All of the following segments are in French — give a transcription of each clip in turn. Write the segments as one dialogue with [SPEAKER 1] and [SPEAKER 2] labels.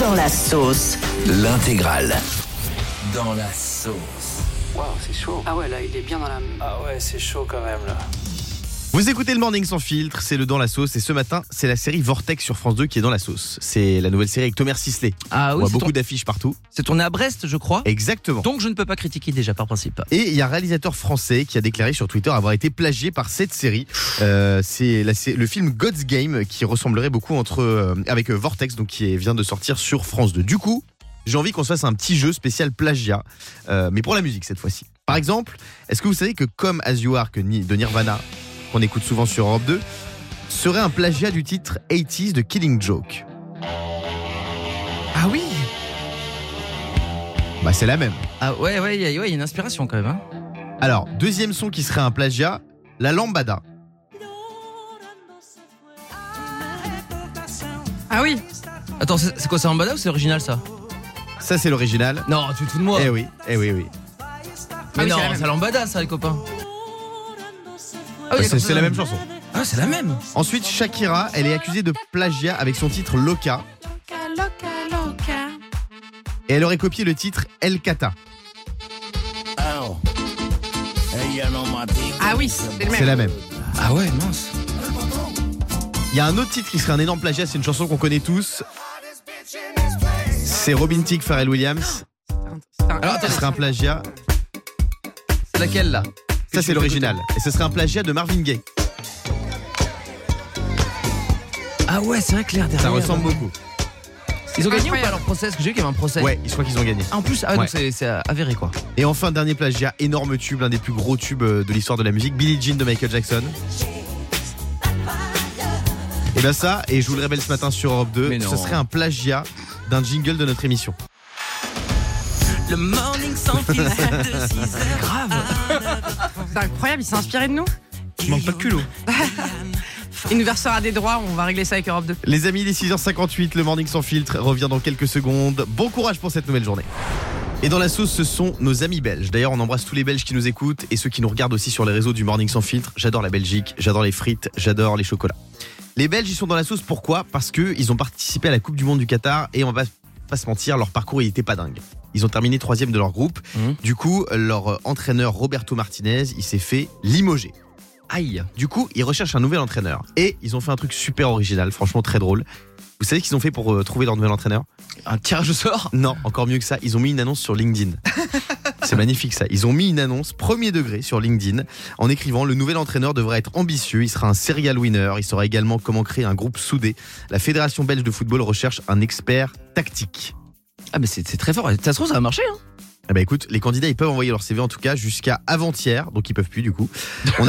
[SPEAKER 1] Dans la sauce.
[SPEAKER 2] L'intégrale. Dans la sauce.
[SPEAKER 3] Waouh, c'est chaud.
[SPEAKER 4] Ah ouais, là, il est bien dans la.
[SPEAKER 3] Ah ouais, c'est chaud quand même là.
[SPEAKER 5] Vous écoutez le Morning sans filtre, c'est le Dans la sauce et ce matin, c'est la série Vortex sur France 2 qui est dans la sauce. C'est la nouvelle série avec Thomas Sisley.
[SPEAKER 6] Ah
[SPEAKER 5] On
[SPEAKER 6] oui,
[SPEAKER 5] voit
[SPEAKER 6] c'est
[SPEAKER 5] beaucoup
[SPEAKER 6] tourné-
[SPEAKER 5] d'affiches partout.
[SPEAKER 6] c'est tourné à Brest, je crois.
[SPEAKER 5] Exactement.
[SPEAKER 6] Donc je ne peux pas critiquer déjà par principe.
[SPEAKER 5] Et il y a un réalisateur français qui a déclaré sur Twitter avoir été plagié par cette série. Euh, c'est la sé- le film God's Game qui ressemblerait beaucoup entre euh, avec euh, Vortex, donc qui est- vient de sortir sur France 2. Du coup, j'ai envie qu'on se fasse un petit jeu spécial plagiat, euh, mais pour la musique cette fois-ci. Par exemple, est-ce que vous savez que comme As You Are que Ni- de Nirvana, qu'on écoute souvent sur Europe 2, serait un plagiat du titre 80s de Killing Joke
[SPEAKER 6] Ah oui
[SPEAKER 5] Bah c'est la même.
[SPEAKER 6] Ah ouais, ouais, il y, a- ouais, il y a une inspiration quand même. hein.
[SPEAKER 5] Alors, deuxième son qui serait un plagiat, la lambada.
[SPEAKER 4] Ah oui
[SPEAKER 6] Attends, c'est c'est quoi, c'est Lambada ou c'est original ça
[SPEAKER 5] Ça c'est l'original.
[SPEAKER 6] Non, tu te fous de moi.
[SPEAKER 5] Eh oui, eh oui, oui.
[SPEAKER 6] Mais
[SPEAKER 4] Ah oui,
[SPEAKER 6] non,
[SPEAKER 4] c'est la même.
[SPEAKER 6] c'est Lambada ça, les copains. Ah
[SPEAKER 5] Bah,
[SPEAKER 6] oui,
[SPEAKER 5] c'est
[SPEAKER 6] d'accord,
[SPEAKER 5] c'est la même chanson.
[SPEAKER 6] Ah, c'est la même.
[SPEAKER 5] Ensuite, Shakira, elle est accusée de plagiat avec son titre Loca et elle aurait copié le titre El Cata.
[SPEAKER 4] Ah oui, c'est le
[SPEAKER 5] C'est
[SPEAKER 4] même.
[SPEAKER 5] la même.
[SPEAKER 6] Ah ouais, mince.
[SPEAKER 5] Il y a un autre titre qui serait un énorme plagiat, c'est une chanson qu'on connaît tous. C'est Robin Thicke, Pharrell Williams.
[SPEAKER 4] C'est un-
[SPEAKER 6] Alors
[SPEAKER 5] Ce
[SPEAKER 6] attendez,
[SPEAKER 5] serait un plagiat.
[SPEAKER 6] c'est laquelle là
[SPEAKER 5] Ça, c'est l'original. Et ce serait un plagiat de Marvin Gaye.
[SPEAKER 6] Ah ouais, c'est vrai que l'air derrière.
[SPEAKER 5] Ça
[SPEAKER 4] ah
[SPEAKER 5] ressemble beaucoup.
[SPEAKER 6] Ils ont gagné ou
[SPEAKER 4] Incroyable.
[SPEAKER 6] pas leur procès Parce que j'ai vu qu'il y avait un procès.
[SPEAKER 5] Ouais, je crois qu'ils ont gagné.
[SPEAKER 6] Ah, En plus, ah, donc
[SPEAKER 5] Ouais.
[SPEAKER 6] c'est- c'est avéré quoi.
[SPEAKER 5] Et enfin, dernier plagiat, énorme tube, l'un des plus gros tubes euh, de l'histoire de la musique, Billie Jean de Michael Jackson. Et bien ça, et je vous le révèle ce matin sur Europe 2,
[SPEAKER 6] Mais non.
[SPEAKER 5] ce serait un plagiat d'un jingle de notre émission.
[SPEAKER 6] Le morning sans Grave.
[SPEAKER 4] C'est incroyable, il s'est inspiré de nous.
[SPEAKER 5] Je manque pas de culot.
[SPEAKER 4] Il nous versera des droits, on va régler ça avec Europe 2.
[SPEAKER 5] Les amis, il est 6h58, le Morning Sans Filtre revient dans quelques secondes. Bon courage pour cette nouvelle journée. Et dans la sauce, ce sont nos amis belges. D'ailleurs, on embrasse tous les Belges qui nous écoutent et ceux qui nous regardent aussi sur les réseaux du Morning Sans Filtre. J'adore la Belgique, j'adore les frites, j'adore les chocolats. Les Belges, ils sont dans la sauce pourquoi Parce qu'ils ont participé à la Coupe du Monde du Qatar et on va pas se mentir, leur parcours, il était pas dingue. Ils ont terminé troisième de leur groupe.
[SPEAKER 6] Mhm.
[SPEAKER 5] Du coup, leur euh, entraîneur Roberto Martinez, il s'est fait limoger. Aïe. Du coup, ils recherchent un nouvel entraîneur. Et ils ont fait un truc super original, franchement très drôle. Vous savez ce qu'ils ont fait pour euh, trouver leur nouvel entraîneur
[SPEAKER 6] Un tirage au sort
[SPEAKER 5] Non, encore mieux que ça, ils ont mis une annonce sur LinkedIn. C'est magnifique ça. Ils ont mis une annonce premier degré sur LinkedIn en écrivant Le nouvel entraîneur devra être ambitieux, il sera un serial winner, il saura également comment créer un groupe soudé. La Fédération belge de football recherche un expert tactique.
[SPEAKER 6] Ah, mais c'est c'est très fort. Ça se trouve, ça va marcher. Hein.
[SPEAKER 5] Eh ben écoute, les candidats ils peuvent envoyer leur CV en tout cas jusqu'à avant-hier, donc ils peuvent plus du coup. On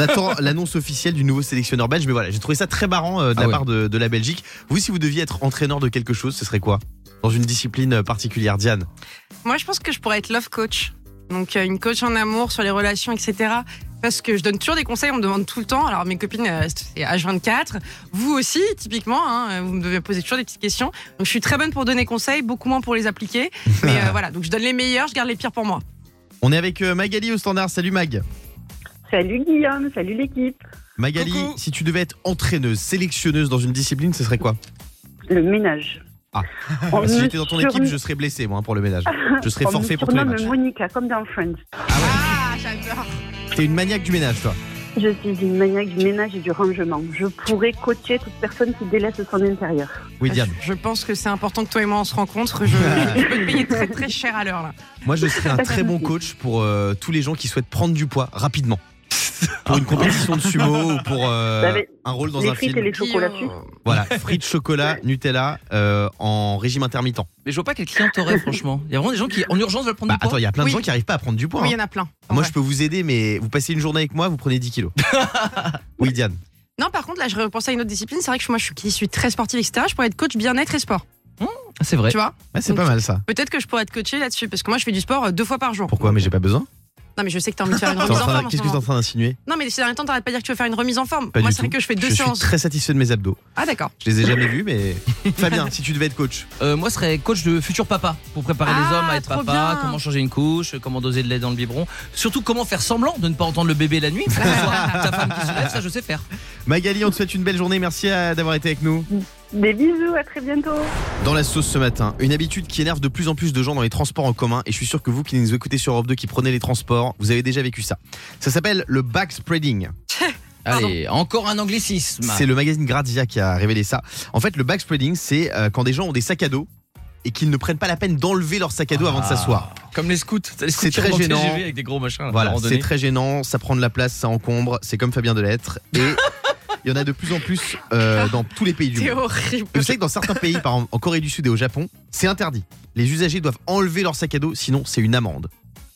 [SPEAKER 5] attend l'annonce officielle du nouveau sélectionneur belge, mais voilà, j'ai trouvé ça très marrant euh, de
[SPEAKER 6] Ah
[SPEAKER 5] la
[SPEAKER 6] ouais.
[SPEAKER 5] part de, de la Belgique. Vous, si vous deviez être entraîneur de quelque chose, ce serait quoi Dans une discipline euh, particulière, Diane
[SPEAKER 4] Moi, je pense que je pourrais être love coach. Donc, euh, une coach en amour, sur les relations, etc. Parce que je donne toujours des conseils, on me demande tout le temps. Alors, mes copines, euh, c'est H24. Vous aussi, typiquement, hein, vous me devez poser toujours des petites questions. Donc, je suis très bonne pour donner conseils, beaucoup moins pour les appliquer. Mais euh, voilà, donc je donne les meilleurs, je garde les pires pour moi.
[SPEAKER 5] On est avec euh, Magali au standard, salut Mag.
[SPEAKER 7] Salut Guillaume, salut l'équipe.
[SPEAKER 5] Magali,
[SPEAKER 4] Coucou.
[SPEAKER 5] si tu devais être entraîneuse, sélectionneuse dans une discipline, ce serait quoi
[SPEAKER 7] Le ménage.
[SPEAKER 5] Ah.
[SPEAKER 7] On
[SPEAKER 5] Si
[SPEAKER 7] me
[SPEAKER 5] j'étais dans ton
[SPEAKER 7] surn-
[SPEAKER 5] équipe, je serais blessé moi hein, pour le ménage. Je serais
[SPEAKER 7] on me
[SPEAKER 5] forfait pour tous les
[SPEAKER 7] surnomme
[SPEAKER 5] matchs.
[SPEAKER 7] Monica, comme dans Friends.
[SPEAKER 4] Ah, j'adore.
[SPEAKER 5] T'es une maniaque du ménage toi.
[SPEAKER 7] Je suis une maniaque du ménage et du rangement. Je pourrais coacher toute personne qui délaisse son intérieur.
[SPEAKER 5] Oui Diane.
[SPEAKER 4] Je pense que c'est important que toi et moi on se rencontre. Je, je peux te payer très très cher à l'heure là.
[SPEAKER 5] Moi, je serais un très bon coach pour euh, tous les gens qui souhaitent prendre du poids rapidement. Pour une compétition de sumo ou pour euh,
[SPEAKER 7] Bah, mais
[SPEAKER 5] un rôle dans
[SPEAKER 7] les
[SPEAKER 5] un
[SPEAKER 7] frites
[SPEAKER 5] film.
[SPEAKER 7] et les chocolats
[SPEAKER 4] Puis,
[SPEAKER 7] dessus.
[SPEAKER 4] euh,
[SPEAKER 5] Voilà, frites, chocolat, Nutella euh, en régime intermittent.
[SPEAKER 6] Mais je vois pas quel client t'aurais, franchement. Il y a vraiment des gens qui, en urgence, veulent prendre
[SPEAKER 5] Bah,
[SPEAKER 6] du
[SPEAKER 5] attends,
[SPEAKER 6] poids.
[SPEAKER 5] il y a plein de
[SPEAKER 4] Oui.
[SPEAKER 5] gens qui n'arrivent pas à prendre du poids.
[SPEAKER 4] oui, il
[SPEAKER 5] hein.
[SPEAKER 4] y en a plein. en
[SPEAKER 5] Moi,
[SPEAKER 4] vrai.
[SPEAKER 5] je peux vous aider, mais vous passez une journée avec moi, vous prenez 10 kilos. oui, Diane.
[SPEAKER 4] Non, par contre, là, je repensais à une autre discipline. C'est vrai que moi, je suis, qui suis très sportive, etc. Je pourrais être coach bien-être et sport.
[SPEAKER 6] Ah, C'est vrai.
[SPEAKER 4] Tu vois
[SPEAKER 5] Ouais, c'est pas mal ça.
[SPEAKER 4] Peut-être que je pourrais être coachée là-dessus, parce que moi, je fais du sport euh, deux fois par jour.
[SPEAKER 5] Pourquoi Mais j'ai pas besoin.
[SPEAKER 4] Non, mais je sais que t'as envie de faire une
[SPEAKER 5] T'es en
[SPEAKER 4] remise en
[SPEAKER 5] train-
[SPEAKER 4] forme. en ce
[SPEAKER 5] Qu'est-ce que tu es en
[SPEAKER 4] moment.
[SPEAKER 5] train d'insinuer
[SPEAKER 4] Non, mais ces derniers temps, t'arrêtes pas de dire que tu veux faire une remise en forme.
[SPEAKER 5] Pas
[SPEAKER 4] moi,
[SPEAKER 5] du
[SPEAKER 4] c'est vrai
[SPEAKER 5] tout.
[SPEAKER 4] que je fais deux
[SPEAKER 5] Je suis
[SPEAKER 4] séances.
[SPEAKER 5] très satisfait de mes abdos.
[SPEAKER 4] Ah, d'accord.
[SPEAKER 5] Je les ai jamais vus, mais. Fabien, si tu devais être coach.
[SPEAKER 6] Euh, moi, je serais coach de futur papa pour préparer les
[SPEAKER 4] Ah,
[SPEAKER 6] hommes à être
[SPEAKER 4] trop
[SPEAKER 6] papa,
[SPEAKER 4] bien.
[SPEAKER 6] comment changer une couche, comment doser de lait dans le biberon, surtout comment faire semblant de ne pas entendre le bébé la nuit. pour que ce soit ta femme qui se lève, ça je sais faire.
[SPEAKER 5] Magali, on te souhaite une belle journée. Merci à- euh, d'avoir été avec nous.
[SPEAKER 7] Des bisous, à très bientôt.
[SPEAKER 5] Dans la sauce ce matin, une habitude qui énerve de plus en plus de gens dans les transports en commun, et je suis sûr que vous qui nous écoutez sur Europe 2 qui prenez les transports, vous avez déjà vécu ça. Ça s'appelle le backspreading.
[SPEAKER 4] Pardon.
[SPEAKER 6] Allez, encore un anglicisme.
[SPEAKER 5] C'est le magazine Grazia qui a révélé ça. En fait, le backspreading, c'est euh, quand des gens ont des sacs à dos et qu'ils ne prennent pas la peine d'enlever leur sac à dos avant de
[SPEAKER 6] Ah.
[SPEAKER 5] s'asseoir.
[SPEAKER 6] Comme les scouts. T'as les scouts
[SPEAKER 5] C'est
[SPEAKER 6] qui
[SPEAKER 5] très
[SPEAKER 6] rentrent en
[SPEAKER 5] gênant.
[SPEAKER 6] TGV avec des gros machins. à un
[SPEAKER 5] Voilà,
[SPEAKER 6] moment
[SPEAKER 5] c'est
[SPEAKER 6] donné.
[SPEAKER 5] très gênant, ça prend de la place, ça encombre, c'est comme Fabien Delettre. Et il y en a de plus en plus euh, dans tous les pays du
[SPEAKER 4] C'est
[SPEAKER 5] monde.
[SPEAKER 4] horrible.
[SPEAKER 5] Et Vous savez que dans certains pays, par exemple en Corée du Sud et au Japon, c'est interdit. Les usagers doivent enlever leur sac à dos, sinon c'est une amende.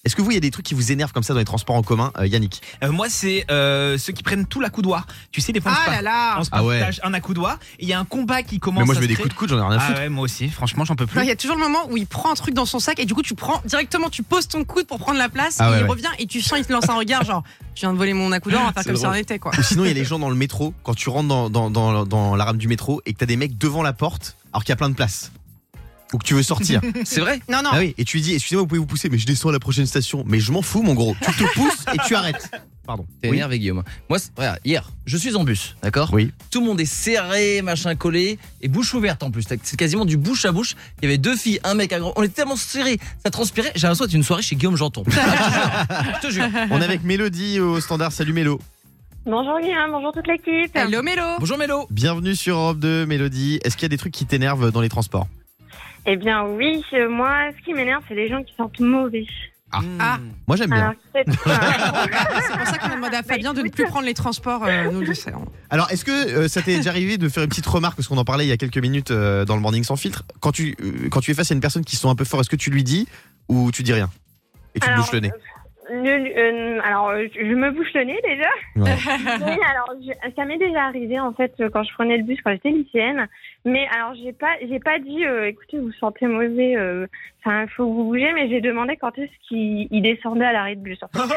[SPEAKER 5] Est-ce que vous, il y a des trucs qui vous énervent comme ça dans les transports en commun, euh, Yannick
[SPEAKER 8] Euh, moi, c'est euh, ceux qui prennent tout l'accoudoir. Tu sais, des fois, on se
[SPEAKER 4] Ah
[SPEAKER 8] par-
[SPEAKER 4] là là
[SPEAKER 8] on se
[SPEAKER 5] Ah ouais.
[SPEAKER 8] partage un accoudoir et il y a un combat qui commence.
[SPEAKER 5] Mais moi,
[SPEAKER 8] à
[SPEAKER 5] je mets
[SPEAKER 8] se
[SPEAKER 5] des
[SPEAKER 8] créer.
[SPEAKER 5] coups de coude, j'en ai rien à
[SPEAKER 8] Ah
[SPEAKER 5] foutre.
[SPEAKER 8] ouais, moi aussi. Franchement, j'en peux plus.
[SPEAKER 4] Non, Il y a toujours le moment où il prend un truc dans son sac et du coup tu prends directement, tu poses ton coude pour prendre la place
[SPEAKER 5] Ah
[SPEAKER 4] et
[SPEAKER 5] ouais,
[SPEAKER 4] il
[SPEAKER 5] ouais.
[SPEAKER 4] revient et tu sens, il te lance un regard genre tu viens de voler mon accoudant, on va faire
[SPEAKER 6] C'est
[SPEAKER 4] comme si
[SPEAKER 6] drôle.
[SPEAKER 4] on était quoi.
[SPEAKER 5] Ou sinon, il y a les gens dans le métro, quand tu rentres dans, dans, dans, dans la rame du métro et que t'as des mecs devant la porte, alors qu'il y a plein de place. Ou que tu veux sortir.
[SPEAKER 6] C'est vrai.
[SPEAKER 4] Non, non,
[SPEAKER 5] Ah oui, et tu lui dis, excusez-moi, vous pouvez vous pousser, mais je descends à la prochaine station. Mais je m'en fous, mon gros. Tu te pousses et tu arrêtes. Pardon.
[SPEAKER 6] T'es
[SPEAKER 5] Oui.
[SPEAKER 6] énervé, Guillaume. Moi, c'est- regarde, hier, je suis en bus, d'accord
[SPEAKER 5] Oui.
[SPEAKER 6] Tout le monde est serré, machin collé, et bouche ouverte en plus. C'est quasiment du bouche à bouche. Il y avait deux filles, un mec, un grand. On était tellement serrés, ça transpirait. J'ai l'impression d'être une soirée chez Guillaume Janton. je te jure. Je te jure.
[SPEAKER 5] On est avec Mélodie au standard. Salut Mélo.
[SPEAKER 9] Bonjour Guillaume, bonjour toute l'équipe.
[SPEAKER 4] hello Mélo
[SPEAKER 6] Bonjour Mélo.
[SPEAKER 5] Bienvenue sur Europe 2, Mélodie. Est-ce qu'il y a des trucs qui t'énervent dans les transports
[SPEAKER 9] Eh bien oui, euh, moi ce qui m'énerve c'est les gens qui sentent mauvais.
[SPEAKER 4] Ah. bah,
[SPEAKER 5] Moi, j'aime bien.
[SPEAKER 9] Alors c'est
[SPEAKER 4] C'est pour ça qu'on a demandé à Fabien de ne plus prendre les transports, euh, nous le savons.
[SPEAKER 5] Alors, est-ce que euh, ça t'est déjà arrivé de faire une petite remarque Parce qu'on en parlait il y a quelques minutes euh, dans le Morning Sans Filtre. Quand tu, euh, quand tu es face à une personne qui se sent un peu fort, est-ce que tu lui dis ou tu dis rien Et tu te
[SPEAKER 9] Alors,
[SPEAKER 5] bouches le nez
[SPEAKER 9] le- euh, alors euh, je me bouche le nez déjà.
[SPEAKER 5] Ouais.
[SPEAKER 9] Oui, alors je- ça m'est déjà arrivé en fait euh, quand je prenais le bus quand j'étais lycéenne. Mais alors j'ai pas j'ai pas dit euh, écoutez vous sentez mauvais, euh, enfin il faut vous bouger, mais j'ai demandé quand est-ce qu'il il descendait à l'arrêt de bus. En fait.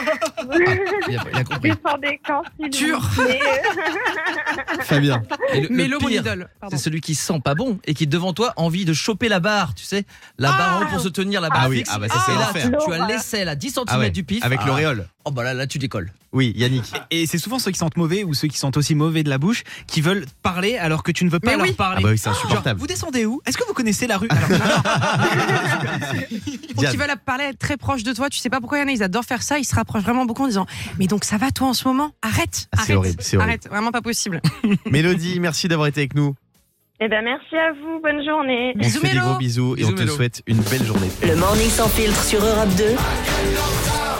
[SPEAKER 6] Il a, il a compris.
[SPEAKER 9] descendait quand il
[SPEAKER 4] Dur.
[SPEAKER 9] Mais, euh,
[SPEAKER 5] Fabien.
[SPEAKER 6] Et le- le
[SPEAKER 4] Mélo, mon
[SPEAKER 6] pire,
[SPEAKER 4] idole. Pardon.
[SPEAKER 6] C'est celui qui sent pas bon et qui devant toi a envie de choper la barre, tu sais, la barre en haut pour se tenir, la barre
[SPEAKER 5] oui,
[SPEAKER 6] fixe.
[SPEAKER 5] ah bah ça, c'est
[SPEAKER 6] et là,
[SPEAKER 5] l'enfer.
[SPEAKER 6] tu, tu as laissé à 10 cm
[SPEAKER 5] Ah ouais,
[SPEAKER 6] du pif.
[SPEAKER 5] Avec
[SPEAKER 6] Ah.
[SPEAKER 5] l'auréole.
[SPEAKER 6] Oh bah là, là, tu décolles.
[SPEAKER 5] Oui, Yannick.
[SPEAKER 8] Et c'est souvent ceux qui sentent mauvais ou ceux qui sentent aussi mauvais de la bouche qui veulent parler alors que tu ne veux pas
[SPEAKER 4] Mais
[SPEAKER 8] leur
[SPEAKER 4] oui.
[SPEAKER 8] parler.
[SPEAKER 5] Ah bah oui, c'est
[SPEAKER 8] Genre,
[SPEAKER 5] insupportable.
[SPEAKER 8] vous descendez où Est-ce que vous connaissez la rue Alors,
[SPEAKER 4] Pour
[SPEAKER 5] Diane.
[SPEAKER 4] qu'ils veulent parler être très proche de toi, tu sais pas pourquoi il y en a, ils adorent faire ça, ils se rapprochent vraiment beaucoup en disant Mais donc ça va toi en ce moment Arrête
[SPEAKER 5] Ah, c'est
[SPEAKER 4] Arrête
[SPEAKER 5] horrible, c'est horrible.
[SPEAKER 4] Arrête, vraiment pas possible.
[SPEAKER 5] Mélodie, merci d'avoir été avec nous.
[SPEAKER 9] eh ben merci à vous, bonne journée.
[SPEAKER 5] On
[SPEAKER 4] Bisous,
[SPEAKER 5] te fait des
[SPEAKER 4] Mélo.
[SPEAKER 5] gros bisous et
[SPEAKER 6] Bisous,
[SPEAKER 5] on te
[SPEAKER 6] Mélo.
[SPEAKER 5] souhaite une belle journée.
[SPEAKER 1] Le Morning Sans Filtre sur Europe 2.